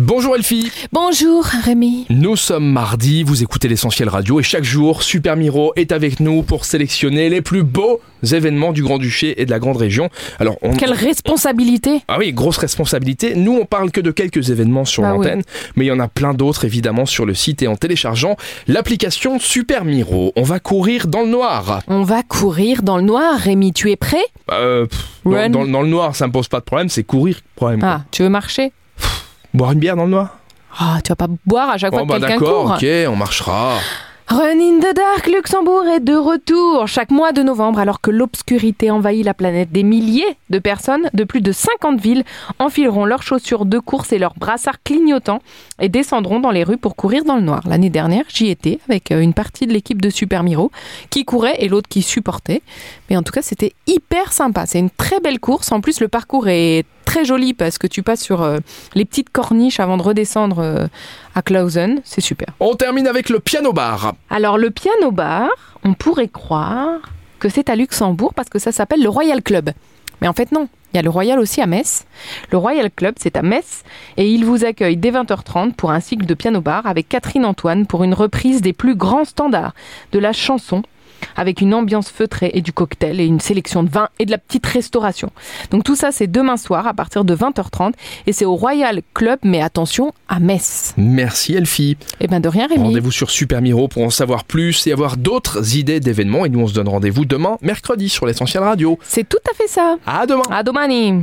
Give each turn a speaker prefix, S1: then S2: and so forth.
S1: Bonjour Elfie
S2: Bonjour Rémi.
S1: Nous sommes mardi, vous écoutez l'essentiel radio et chaque jour, Super Miro est avec nous pour sélectionner les plus beaux événements du Grand-Duché et de la Grande Région. Alors, on...
S2: Quelle responsabilité
S1: Ah oui, grosse responsabilité. Nous, on parle que de quelques événements sur
S2: Bah oui.
S1: l'antenne, mais il y en a plein d'autres évidemment sur le site et en téléchargeant l'application Super Miro. On va courir dans le noir.
S2: On va courir dans le noir, Rémi, tu es prêt
S1: Euh, pff, dans,
S2: Run.
S1: dans- dans le noir, ça me pose pas de problème, c'est courir, problème. quoi.
S2: Ah, tu veux marcher
S1: Boire une bière dans le noir
S2: Ah, tu vas pas boire à chaque fois
S1: Bon,
S2: que
S1: bah
S2: quelqu'un
S1: d'accord,
S2: court.
S1: ok, on marchera.
S2: Run in the Dark Luxembourg est de retour chaque mois de novembre alors que l'obscurité envahit la planète. Des milliers de personnes de plus de 50 villes enfileront leurs chaussures de course et leurs brassards clignotants et descendront dans les rues pour courir dans le noir. L'année dernière, j'y étais avec euh, une partie de l'équipe de Super Miro qui courait et l'autre qui supportait. Mais en tout cas, c'était hyper sympa. C'est une très belle course. En plus, le parcours est très joli parce que tu passes sur euh, les petites corniches avant de redescendre euh, à Klausen. C'est super.
S1: On termine avec le piano bar.
S2: Alors le piano bar, on pourrait croire que c'est à Luxembourg parce que ça s'appelle le Royal Club. Mais en fait non, il y a le Royal aussi à Metz. Le Royal Club, c'est à Metz et il vous accueille dès 20h30 pour un cycle de piano bar avec Catherine Antoine pour une reprise des plus grands standards de la chanson avec une ambiance feutrée et du cocktail et une sélection de vins et de la petite restauration. Donc tout ça c'est demain soir à partir de 20h30 et c'est au Royal Club mais attention à Metz.
S1: Merci Elfie.
S2: Eh ben de rien Rémi.
S1: Rendez-vous sur Super Miro pour en savoir plus et avoir d'autres idées d'événements. Et nous, on se donne rendez-vous demain, mercredi, sur l'essentiel radio.
S2: C'est tout à fait ça.
S1: À demain.
S2: A domani!